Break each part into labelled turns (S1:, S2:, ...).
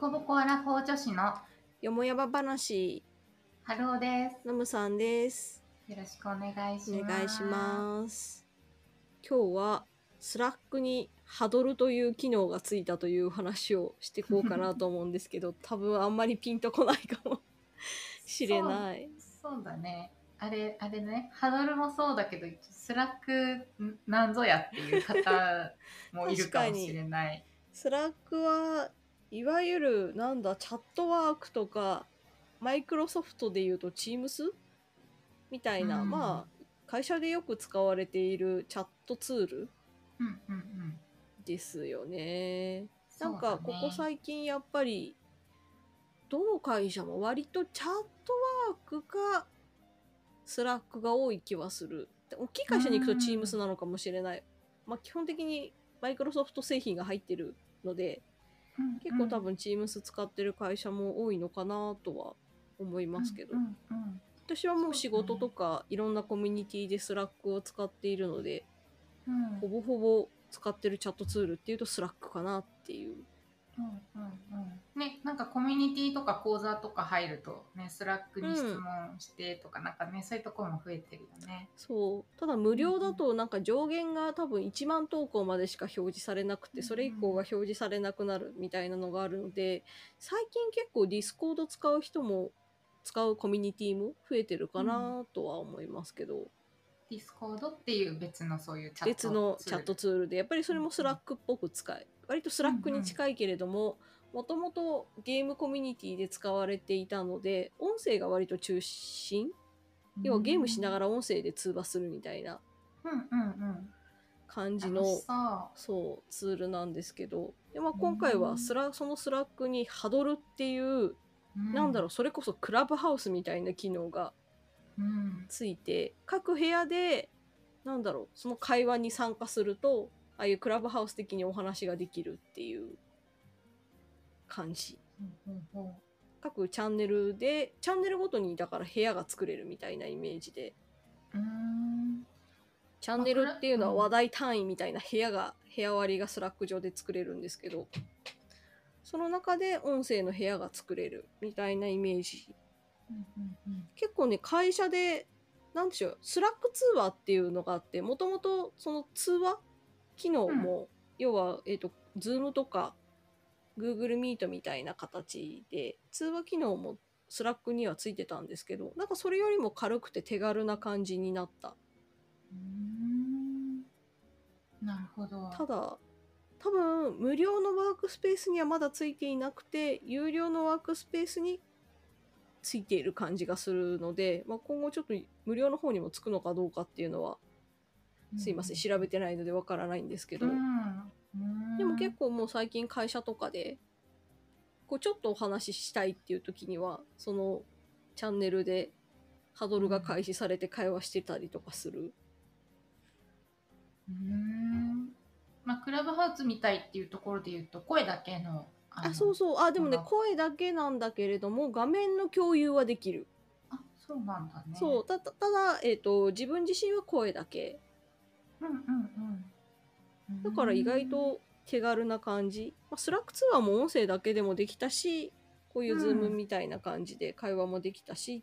S1: コボコアラフォー女子の
S2: よもやば話、
S1: 春尾で
S2: ナムさんです。
S1: す。よろしくお願いし
S2: お
S1: ます。
S2: 願いします。今日は、スラックにハドルという機能がついたという話をしていこうかなと思うんですけ ど、多分あんまりピンとこないかもしれない。
S1: す。そうだね。あれ、あれね、ハドルもそうだけど、スラックんなんぞやっていう方もいるかもしれない。
S2: スラックはいわゆるなんだチャットワークとかマイクロソフトでいうと Teams みたいな、
S1: うん
S2: まあ会社でよく使われているチャットツール
S1: うんうんうん。
S2: ですよね。な
S1: そ
S2: んか
S1: うだ
S2: こ
S1: ね
S2: こ最近やっぱりどの会社も割とチャットワークかスラックが多い気はする。で大きい会社に行くと
S1: うん
S2: Teams なのかもしれない。まあ基本的にマイクロソフト製品が入ってるので、
S1: うんうん
S2: 結構多分 Teams 使ってる会社も多いのかなとは思いますけど、
S1: うんうんうん
S2: 私はもう仕事とかいろんなコミュニティで Slack を使っているので
S1: うん
S2: ほぼほぼ使ってるチャットツールっていうと Slack かなっていう
S1: うんうんうんね、なんかコミュニティとか講座とか入るとねスラックに質問してとか、なんかねそういうとこも増えてるよね。
S2: そうただ無料だとなんか上限が多分1万投稿までしか表示されなく
S1: うんう
S2: て
S1: ん
S2: それ以降が表示されなくなるみたいなのがあるので最近結構 Discord 使う人も使うコミュニティも増えてるかなとは思いますけど、
S1: ディスコードっていう別のそういうチャット
S2: 別のチャット
S1: ツ
S2: ツールでやっぱりそれもスラックっぽく使い割とスラックに近いけれどももともとゲームコミュニティで使われていたので音声が割と中心
S1: ール
S2: 要はゲームしなが
S1: ら
S2: ら音声で通話するみたいな
S1: うんうんうん
S2: 感じの
S1: 楽しそう
S2: そうツールなんですけどで、まあ、今回
S1: う
S2: は
S1: ん
S2: スラそのスラックにハドルっていう、
S1: うん
S2: なんだろうそれこそクラブハウスみたいな機能が
S1: う、うん、
S2: ついて各部屋でなんだろうその会話に参加するとああいうクラブハウス的にお話ができるっていう感じ
S1: ほうほうほ
S2: 各チャンネルでチャンネルごとにだから部屋が作れるみたいなイメージで
S1: ううーん
S2: チャンネルっていうのは
S1: あこれ
S2: 話題単位みたいな部屋が部屋割りがスラック上で作れるんですけどその中で音声の部屋が作れるみたいなイメージ
S1: うんうんうん
S2: 結構ね会社でなんでしょうスラック通話っていうのがあってもともとその通話機能も、要は、えっと Zoom とか Google Meet みたいな形で通話機能もスラックにはついてたんですけどなんかそれよりも軽くて手軽な感じになった
S1: うーんなるほど
S2: ただ多分無料のワークスペースにはまだついていなくて有料のワークスペースについている感じがするので、まあ、今後ちょっと無料の方にもつくのかどうかっていうのはすいません調べてないのでわからないんですけど、
S1: うんうん
S2: でも結構もう最近会社とかでこうちょっとお話ししたいっていう時にはそのチャンネルでハドルが開始されて会話してたりとかする、
S1: うーんまあ、クラブハウスみたいっていうところで言うと声だけのあ
S2: あそう
S1: そ
S2: そうあでもね
S1: あの
S2: 声だけなんだけれども画面の共有はできる、
S1: あそうなんだね
S2: そうたたただ、えー、と自分自身は声だけ
S1: うんうんうん
S2: だから意外
S1: う
S2: と手軽な感じ、まあ、スラック通話も音声だけでもできたしこういうズームみたいな感じで会話もできたし、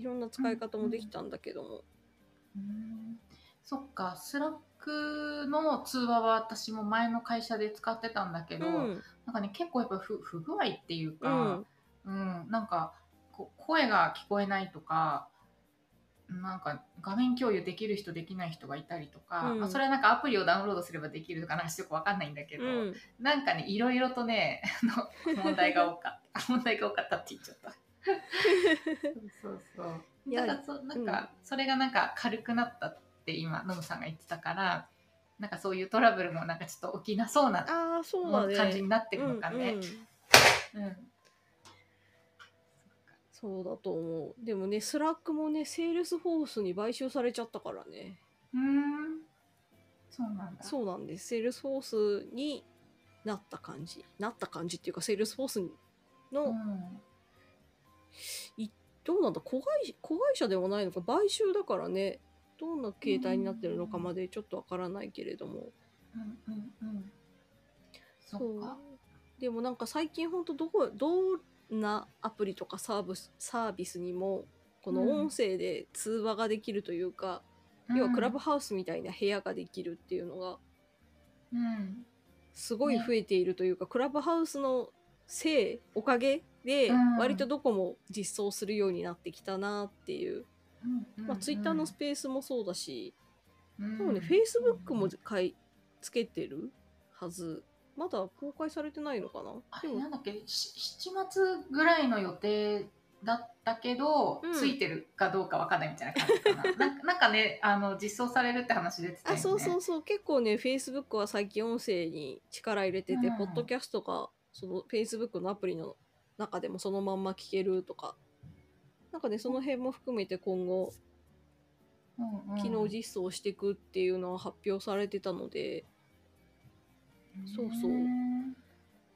S2: いろんな使い方もできたんだけども、
S1: ーんそっかスラックの通話は私も前の会社で使ってたんだけ
S2: う
S1: ど、
S2: ん
S1: なんかね結構やっぱ不不具合っていう
S2: う
S1: か
S2: ん、
S1: うん、なんかこう声が聞こえないとかなんか画面共有できる人できない人がいたりとか、
S2: うん
S1: まあ、それはなんかアプリをダウンロードすればできるとかなんかよくわかんないんだけど、
S2: うん
S1: なんかね、いろいろとね、 あの、問題が多かった。 問題が多かったって言っちゃった。 そうそうそう。
S2: いや
S1: なんか、そなんか、それがなんか軽くなったって今、ノムさんが言ってたから、なんかそういうトラブルもなんかちょっと起きなそうな
S2: ああそうだね
S1: 感じになってるのか
S2: うんう
S1: ね。
S2: ん
S1: うん。
S2: そうだと思うでもねスラックもねセールスフォースに買収されちゃったからね
S1: うん。そうなんだ。
S2: そうなんですセールスフォースになった感じなった感じっていうかセールスフォースの、
S1: うん。
S2: どうなんだ子会社子会社ではないのか買収だからねどんな形態になってるのかまでちょっとわからないけれども、
S1: うんうんうん。そ
S2: そ
S1: っ
S2: う
S1: か。
S2: でもなんか最近ほんとどこどんなアプリとかサーブスサービスにもこの
S1: うん
S2: 音声で通話ができるというか、要はクラブハウスみたいな部屋ができるっていうのが
S1: うん
S2: すごい増えているというか、クラブハウスのせいおかげで
S1: うん
S2: 割とどこも実装するようになってきたなっていう、
S1: うん
S2: まあ、ツイッターのスペースもそうだし、
S1: うん
S2: 多分ねフェイスブックもかいつけてるはずまだ公開されてないのかな
S1: あ
S2: で
S1: れ
S2: も
S1: なんだっけし7月ぐらいの予定だったけど、
S2: うん
S1: ついてるかどうかわかんないみたいな感じかななんかなんかねあの実装されるって話出てたよ
S2: あ
S1: ね
S2: そうそううそう結構ね Facebook は最近音声に力入れてて、
S1: うん
S2: ポッドキャストがその Facebook のアプリの中でもそのまんま聞けるとかなんかねその辺も含めて今後
S1: んうん、
S2: 機能実装していくっていうのは発表されてたのでそうそう
S1: うん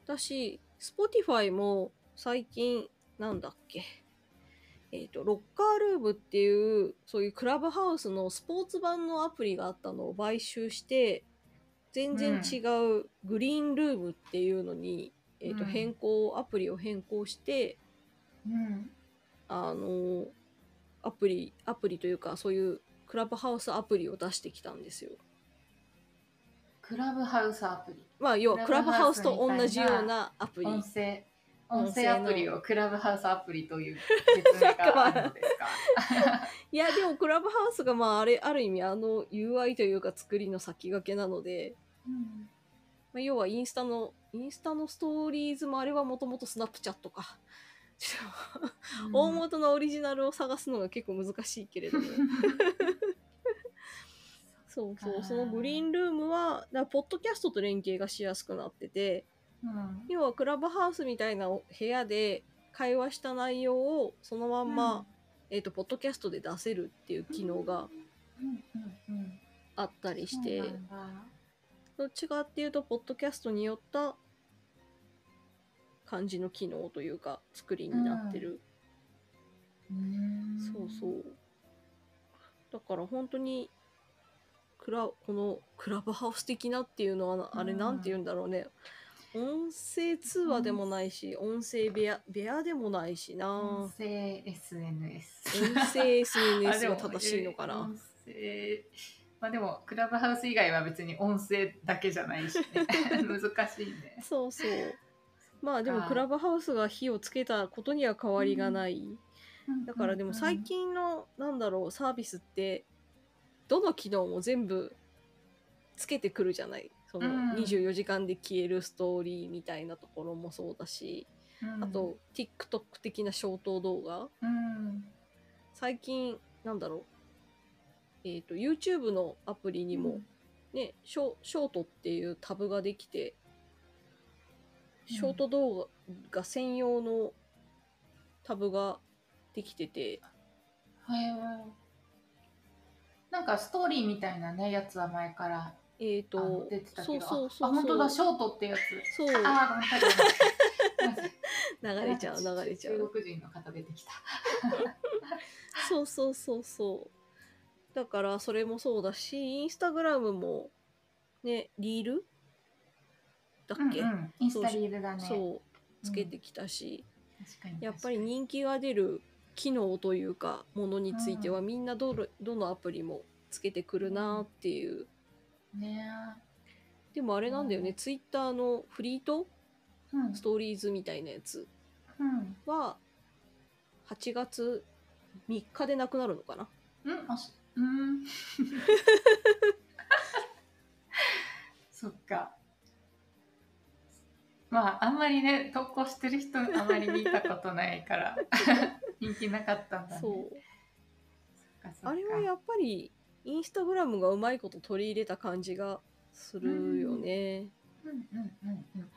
S2: だし Spotify も最近なんだっけえっ、とロッカールームっていうそういうクラブハウスのスポーツ版のアプリがあったのを買収して全然違うグリーンルームっていうのに、えー、と
S1: うん
S2: 変更アプリを変更して
S1: うん
S2: あのアプリアプリというかそういうクラブハウスアプリを出してきたんですよ。
S1: クラブハウスアプリ
S2: まあ要はク
S1: ク
S2: ラ
S1: ラ
S2: ブ
S1: ブ
S2: ハ
S1: ハ
S2: ウ
S1: ウ
S2: ス
S1: ス
S2: と
S1: みたいな
S2: 同じようなアプリ。
S1: 音声
S2: 音
S1: 音
S2: 声
S1: 声
S2: の
S1: アプリをクラブハウスアプリと いう説明があるのですか
S2: いやでもクラブハウスがまああれある意味あの UI というか作りの先駆けなので、
S1: うん
S2: まあ、要はインスタのインスタのストーリーズもあれはもともとスナップチャットか。ちょっと大元のオリジナルを探すのが結構難しいけ れどもそうそうそのグリーンルームはだからポッドキャストと連携がしやすくなってて
S1: うん
S2: 要はクラブハウスみたいなお部屋で会話した内容をそのまんま、えー、とポッドキャストで出せるっていう機能が
S1: うんうんうん
S2: あったりして、
S1: そうなんだ
S2: どっちかっていうとポッドキャストによった感じの機能というか作りになってる、
S1: うん
S2: そうそうだから本当にクラこのクラブハウス的なっていうのはなあれ
S1: うん
S2: なんて言うんだろうね、音声通話でもないし音声部屋部屋でもないしな
S1: 音
S2: 音
S1: 声 SNS
S2: 声
S1: あ
S2: SNS
S1: でも
S2: が正しいのか
S1: えー
S2: な
S1: 音声まあでもクラブハウス以外は別に音声だけじゃないし、ね、 難しいね。
S2: そうそうまあでも
S1: か
S2: クラブハウスが火をつけたことには変わりがない、だからでも最
S1: うん
S2: 近のなんだろうサービスってどの機能も全部つけてくるじゃないその
S1: うん
S2: 24時間で消えるストーリーみたいなところもそうだし、
S1: うん
S2: あと TikTok 的なショート動画
S1: うん
S2: 最近なんだろうえっ、と YouTube のアプリにもね、ショショートっていうタブができてショート動画専用のタブができてて、
S1: はいなんかストーリーみたいなねやつは前から
S2: えっ、
S1: あの
S2: と
S1: 出てた、け
S2: そ
S1: ど
S2: うそうそうそう。
S1: あ本当だショートってやつ
S2: そう、
S1: あーごめんなさいごめんなさい
S2: 流れちゃう、
S1: なんか
S2: 流れちゃう。
S1: 中国人の方出てきた
S2: そうそうそうそう。だから、それもそうだし、インスタグラムも、ね、リールだっけ、
S1: うんうん、インスタリールだね
S2: そう、つけてきたし、
S1: 確かに
S2: やっぱり
S1: 確かに
S2: 人気が出る機能というか、ものについては、
S1: う
S2: みんなどれどのアプリもつけてくるなっていう。
S1: ね
S2: でもあれなんだよね、
S1: うん
S2: ツイッターのフリート
S1: うん
S2: ストーリーズみたいなやつ
S1: うん
S2: は、8月3日でなくなるのかな
S1: うん、あし、うん。 そっか。まあ、あんまりね、投稿してる人、あまり見たことない から。人気なかったんだ、ね。
S2: そう
S1: そっかそっか
S2: あれはやっぱりインスタグラムがうまいこと取り入れた感じがするよね。
S1: うんうんうんうん。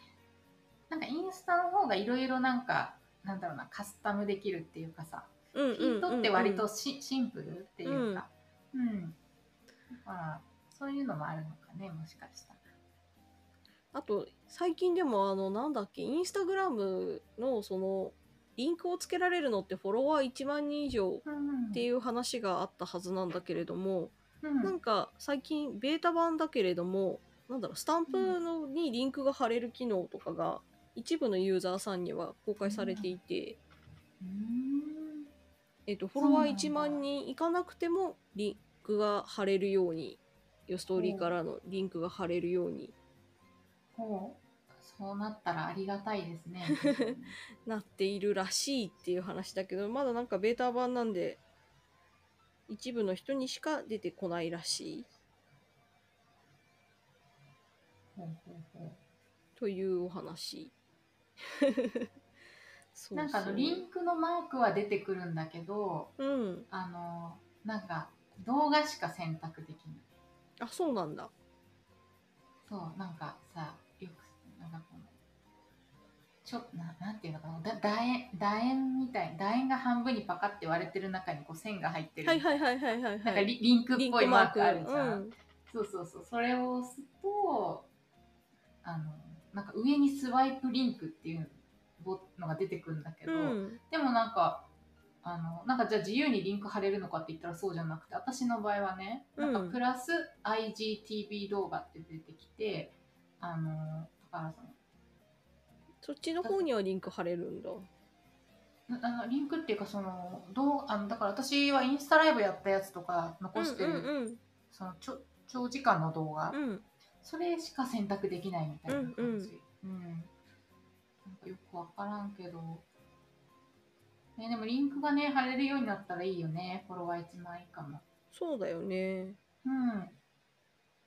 S1: なんかインスタの方がいろいろなんか、なんだろうな、カスタムできるっていうかさ。
S2: うん
S1: フィートって割とし、シンプルっていうか。うん。だから、そういうのもあるのかね、もしかしたら。
S2: あと最近でもあのなんだっけインスタグラムのそのリンクをつけられるのってフォロワー1万人以上
S1: うん、
S2: っていう話があったはずなんだけれども、
S1: うん、
S2: なんか最近ベータ版だけれどもなんだろうスタンプのにリンクが貼れる機能とかが一部のユーザーさんには公開されていて、
S1: うん
S2: えっとフ
S1: そう
S2: ォロワ
S1: な
S2: ー
S1: んだ
S2: 1万人いかなくてもリンクが貼れるようによストーリーからのリンクが貼れるように
S1: ほうそうなったらありがたいです ね。
S2: なっているらしいっていう話だけどまだなんかベータ版なんで一部の人にしか出てこないらしい
S1: ほうほうほ
S2: というお話 そうう
S1: なんかあのリンクのマークは出てくるんだけど
S2: うん
S1: あのなんか動画しか選択できない。
S2: あそうなんだ
S1: そうなんかさよくなんかこのちょっとななんていうのかなだ楕円楕円みたい楕円が半分にパカって割れてる中にこう線が入ってる、
S2: はいはいはいはいは
S1: な
S2: い
S1: ん
S2: は
S1: か
S2: い
S1: リリンクっ
S2: リン
S1: ぽい
S2: ク
S1: マー
S2: マー
S1: ク
S2: ク
S1: あるじゃん、
S2: うん
S1: そうそうそうそれを押すとあのなんか上にスワイプリンクっていうのが出てくるんだけど、
S2: うん、
S1: でもなんかあのなんかじゃあ自由にリンク貼れるのかって言ったらそうじゃなくて私の場合はねなんか
S2: うん
S1: プラス IGTV 動画って出てきて、あのだからその
S2: そっちの方にはリンク貼れるんだ
S1: なあのリンクっていうかそのどうあのだから私はインスタライブやったやつとか残してる、
S2: うんうん
S1: そのちょ長時間の動画、
S2: うんうん
S1: それしか選択できないみたいな感じ、うんなんかよくわからんけど、ね、でもリンクがね貼れるようになったらいいよねフォロワー1万以下も。
S2: そうだよね
S1: うん。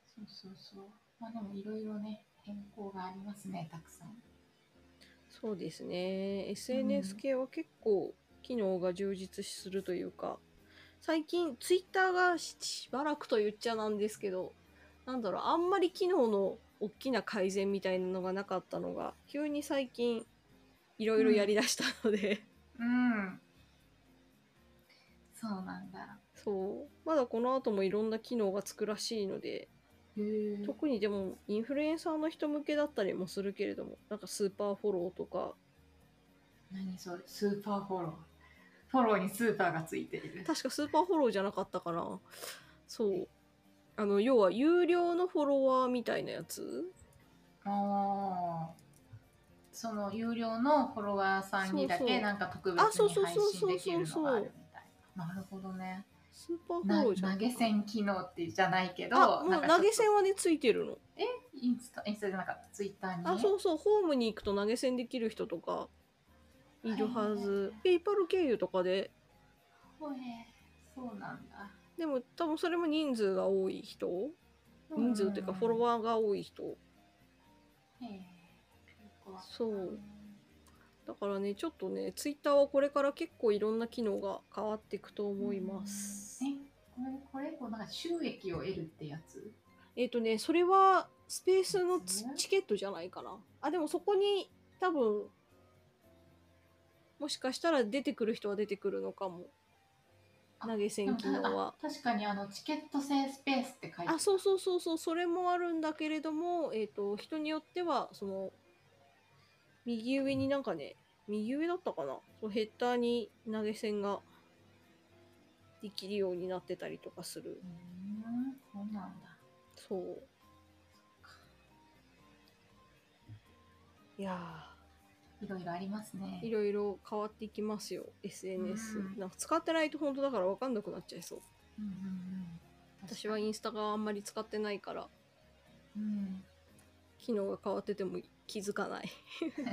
S1: そうそうそう。まあでもいろいろね、変更がありますね、たくさん。
S2: そうですね SNS 系は結構機能が充実するというか最近ツイッターがししばらくと言っちゃなんですけどなんだろうあんまり機能の大きな改善みたいなのがなかったのが急に最近いろいろやりだしたので、
S1: うん。そうなんだ。
S2: そうまだこの後もいろんな機能がつくらしいので
S1: へえ。
S2: 特にでもインフルエンサーの人向けだったりもするけれどもなんかスーパーフォローとか
S1: 何それ、スーパーフォロー。フォローにスーパーがついている。
S2: 確かスーパーフォローじゃなかったかなそうあの要は有料のフォロワーみたいなやつ
S1: ああ。その有料のフォロワーさんにだ
S2: そうそ
S1: け
S2: う
S1: なんか特別
S2: あそう
S1: に
S2: そう
S1: 配
S2: そう
S1: 信
S2: そう
S1: でき
S2: そう
S1: る
S2: そう
S1: のがあるみたいな。なるほどね。
S2: スーパーフ
S1: な
S2: ォローじゃ
S1: 投
S2: ん
S1: げ銭機能ってじゃないけど、な
S2: あも
S1: んか
S2: う
S1: ちょっ
S2: 投
S1: と
S2: げ銭はねついてるの
S1: インスタインスタじゃなかった、ツイッターにね。
S2: あそうそうホームに行くと投げ銭できる人とかいるはず
S1: へー
S2: ペイパル経由とかで
S1: ほえそうなんだ。
S2: でも多分それも人数が多い人人数っていうかフォロ
S1: ー。
S2: ワーが多い人
S1: へえよくわかんない
S2: そうだからねちょっとねツイッターはこれから結構いろんな機能が変わっていくと思います
S1: うんえ、これ、これ、こうなんか収益を得るってやつ。
S2: えっ、とねそれはスペースの
S1: です
S2: チ
S1: ね
S2: チケットじゃないかなあでもそこに多分もしかしたら出てくる人は出てくるのかも
S1: あ
S2: 投げ銭機能は
S1: あ確かに、あのチケット制スペースって書いて
S2: あそうそうそうそうそれもあるんだけれども、えっと人によってはその右上になんかね右上だったかなそうヘッダーに投げ銭ができるようになってたりとかする
S1: うーん、そうなんだ。
S2: そういやー
S1: いろいろありますね。
S2: いろいろ変わっていきますよ SNS、
S1: うん
S2: なんか使ってないと本当だから分かんなくなっちゃいそう
S1: うんうんうん。
S2: 私はイ
S1: い。
S2: ンスタがあんまり使ってないから
S1: うん。
S2: 機能が変わってても気づかない
S1: イン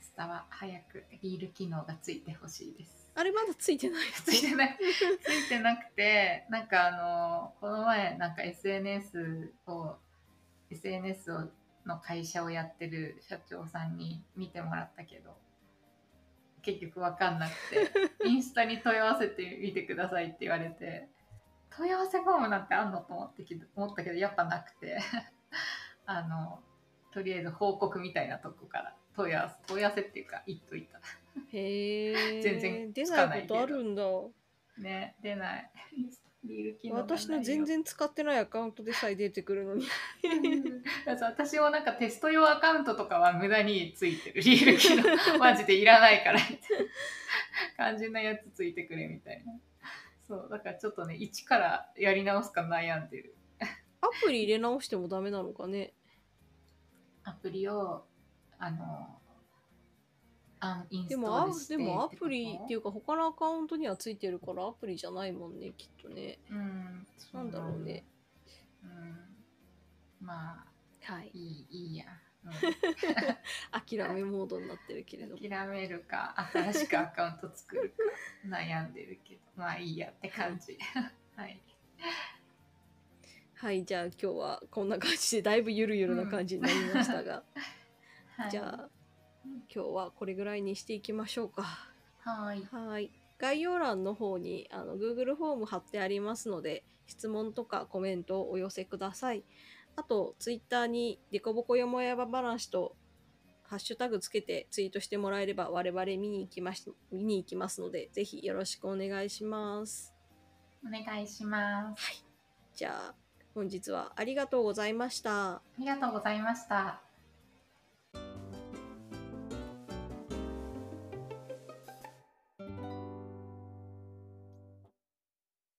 S1: スタは早くリール機能がついてほしいです。
S2: あれまだついてない
S1: ついてないついてなくてなんかあのこの前なんか SNS を SNS をの会社をやってる社長さんに見てもらったけど結局わかんなくてインスタに問い合わせてみてくださいって言われて問い合わせフォームなんてあんのと思ってき思ったけどやっぱなくて あのとりあえず報告みたいなとこから問い合わせ問い合わせっていうか言っといた
S2: へえ
S1: 全然
S2: 出
S1: つか
S2: な
S1: ないい
S2: こ
S1: けど
S2: とあるんだ
S1: ね出ないリール機能がないよ
S2: 私の全 然使ってないアカウントでさえ出てくるのに
S1: だから私もなんかテスト用アカウントとかは無駄についてるリール機 能マジでいらないからみたいな肝心なやつついてくれみたいなそうだからちょっとね一からやり直すか悩んでる
S2: アプリ入れ直してもダメなのかね
S1: アプリをあのアンインスト
S2: で
S1: ール
S2: もあ
S1: して
S2: でもアプリっていううか他のアカウントにはついてるからアプリじゃないもんねきっとね
S1: うんそ
S2: なんだろうね
S1: うんまあ
S2: はい
S1: いいいいや、うん
S2: 諦めモードになってるけれども
S1: 諦めるか新しくアカウント作るか 悩んでるけどまあいいやって感じはい
S2: はいじゃあ今日はこんな感じでだいぶゆるゆるな感じになりましたが、
S1: はい
S2: じゃあ今日はこれぐらいにしていきましょうか
S1: はい
S2: はい概要欄の方にあの Google フォーム貼ってありますので質問とかコメントをお寄せくださいあと Twitter に「デコボコよもやば話」とハッシュタグつけてツイートしてもらえれば我々見に行きまし見に行きますのでぜひよろしくお願いします
S1: お願いします
S2: じゃあ本日はありがとうございました
S1: ありがとうございました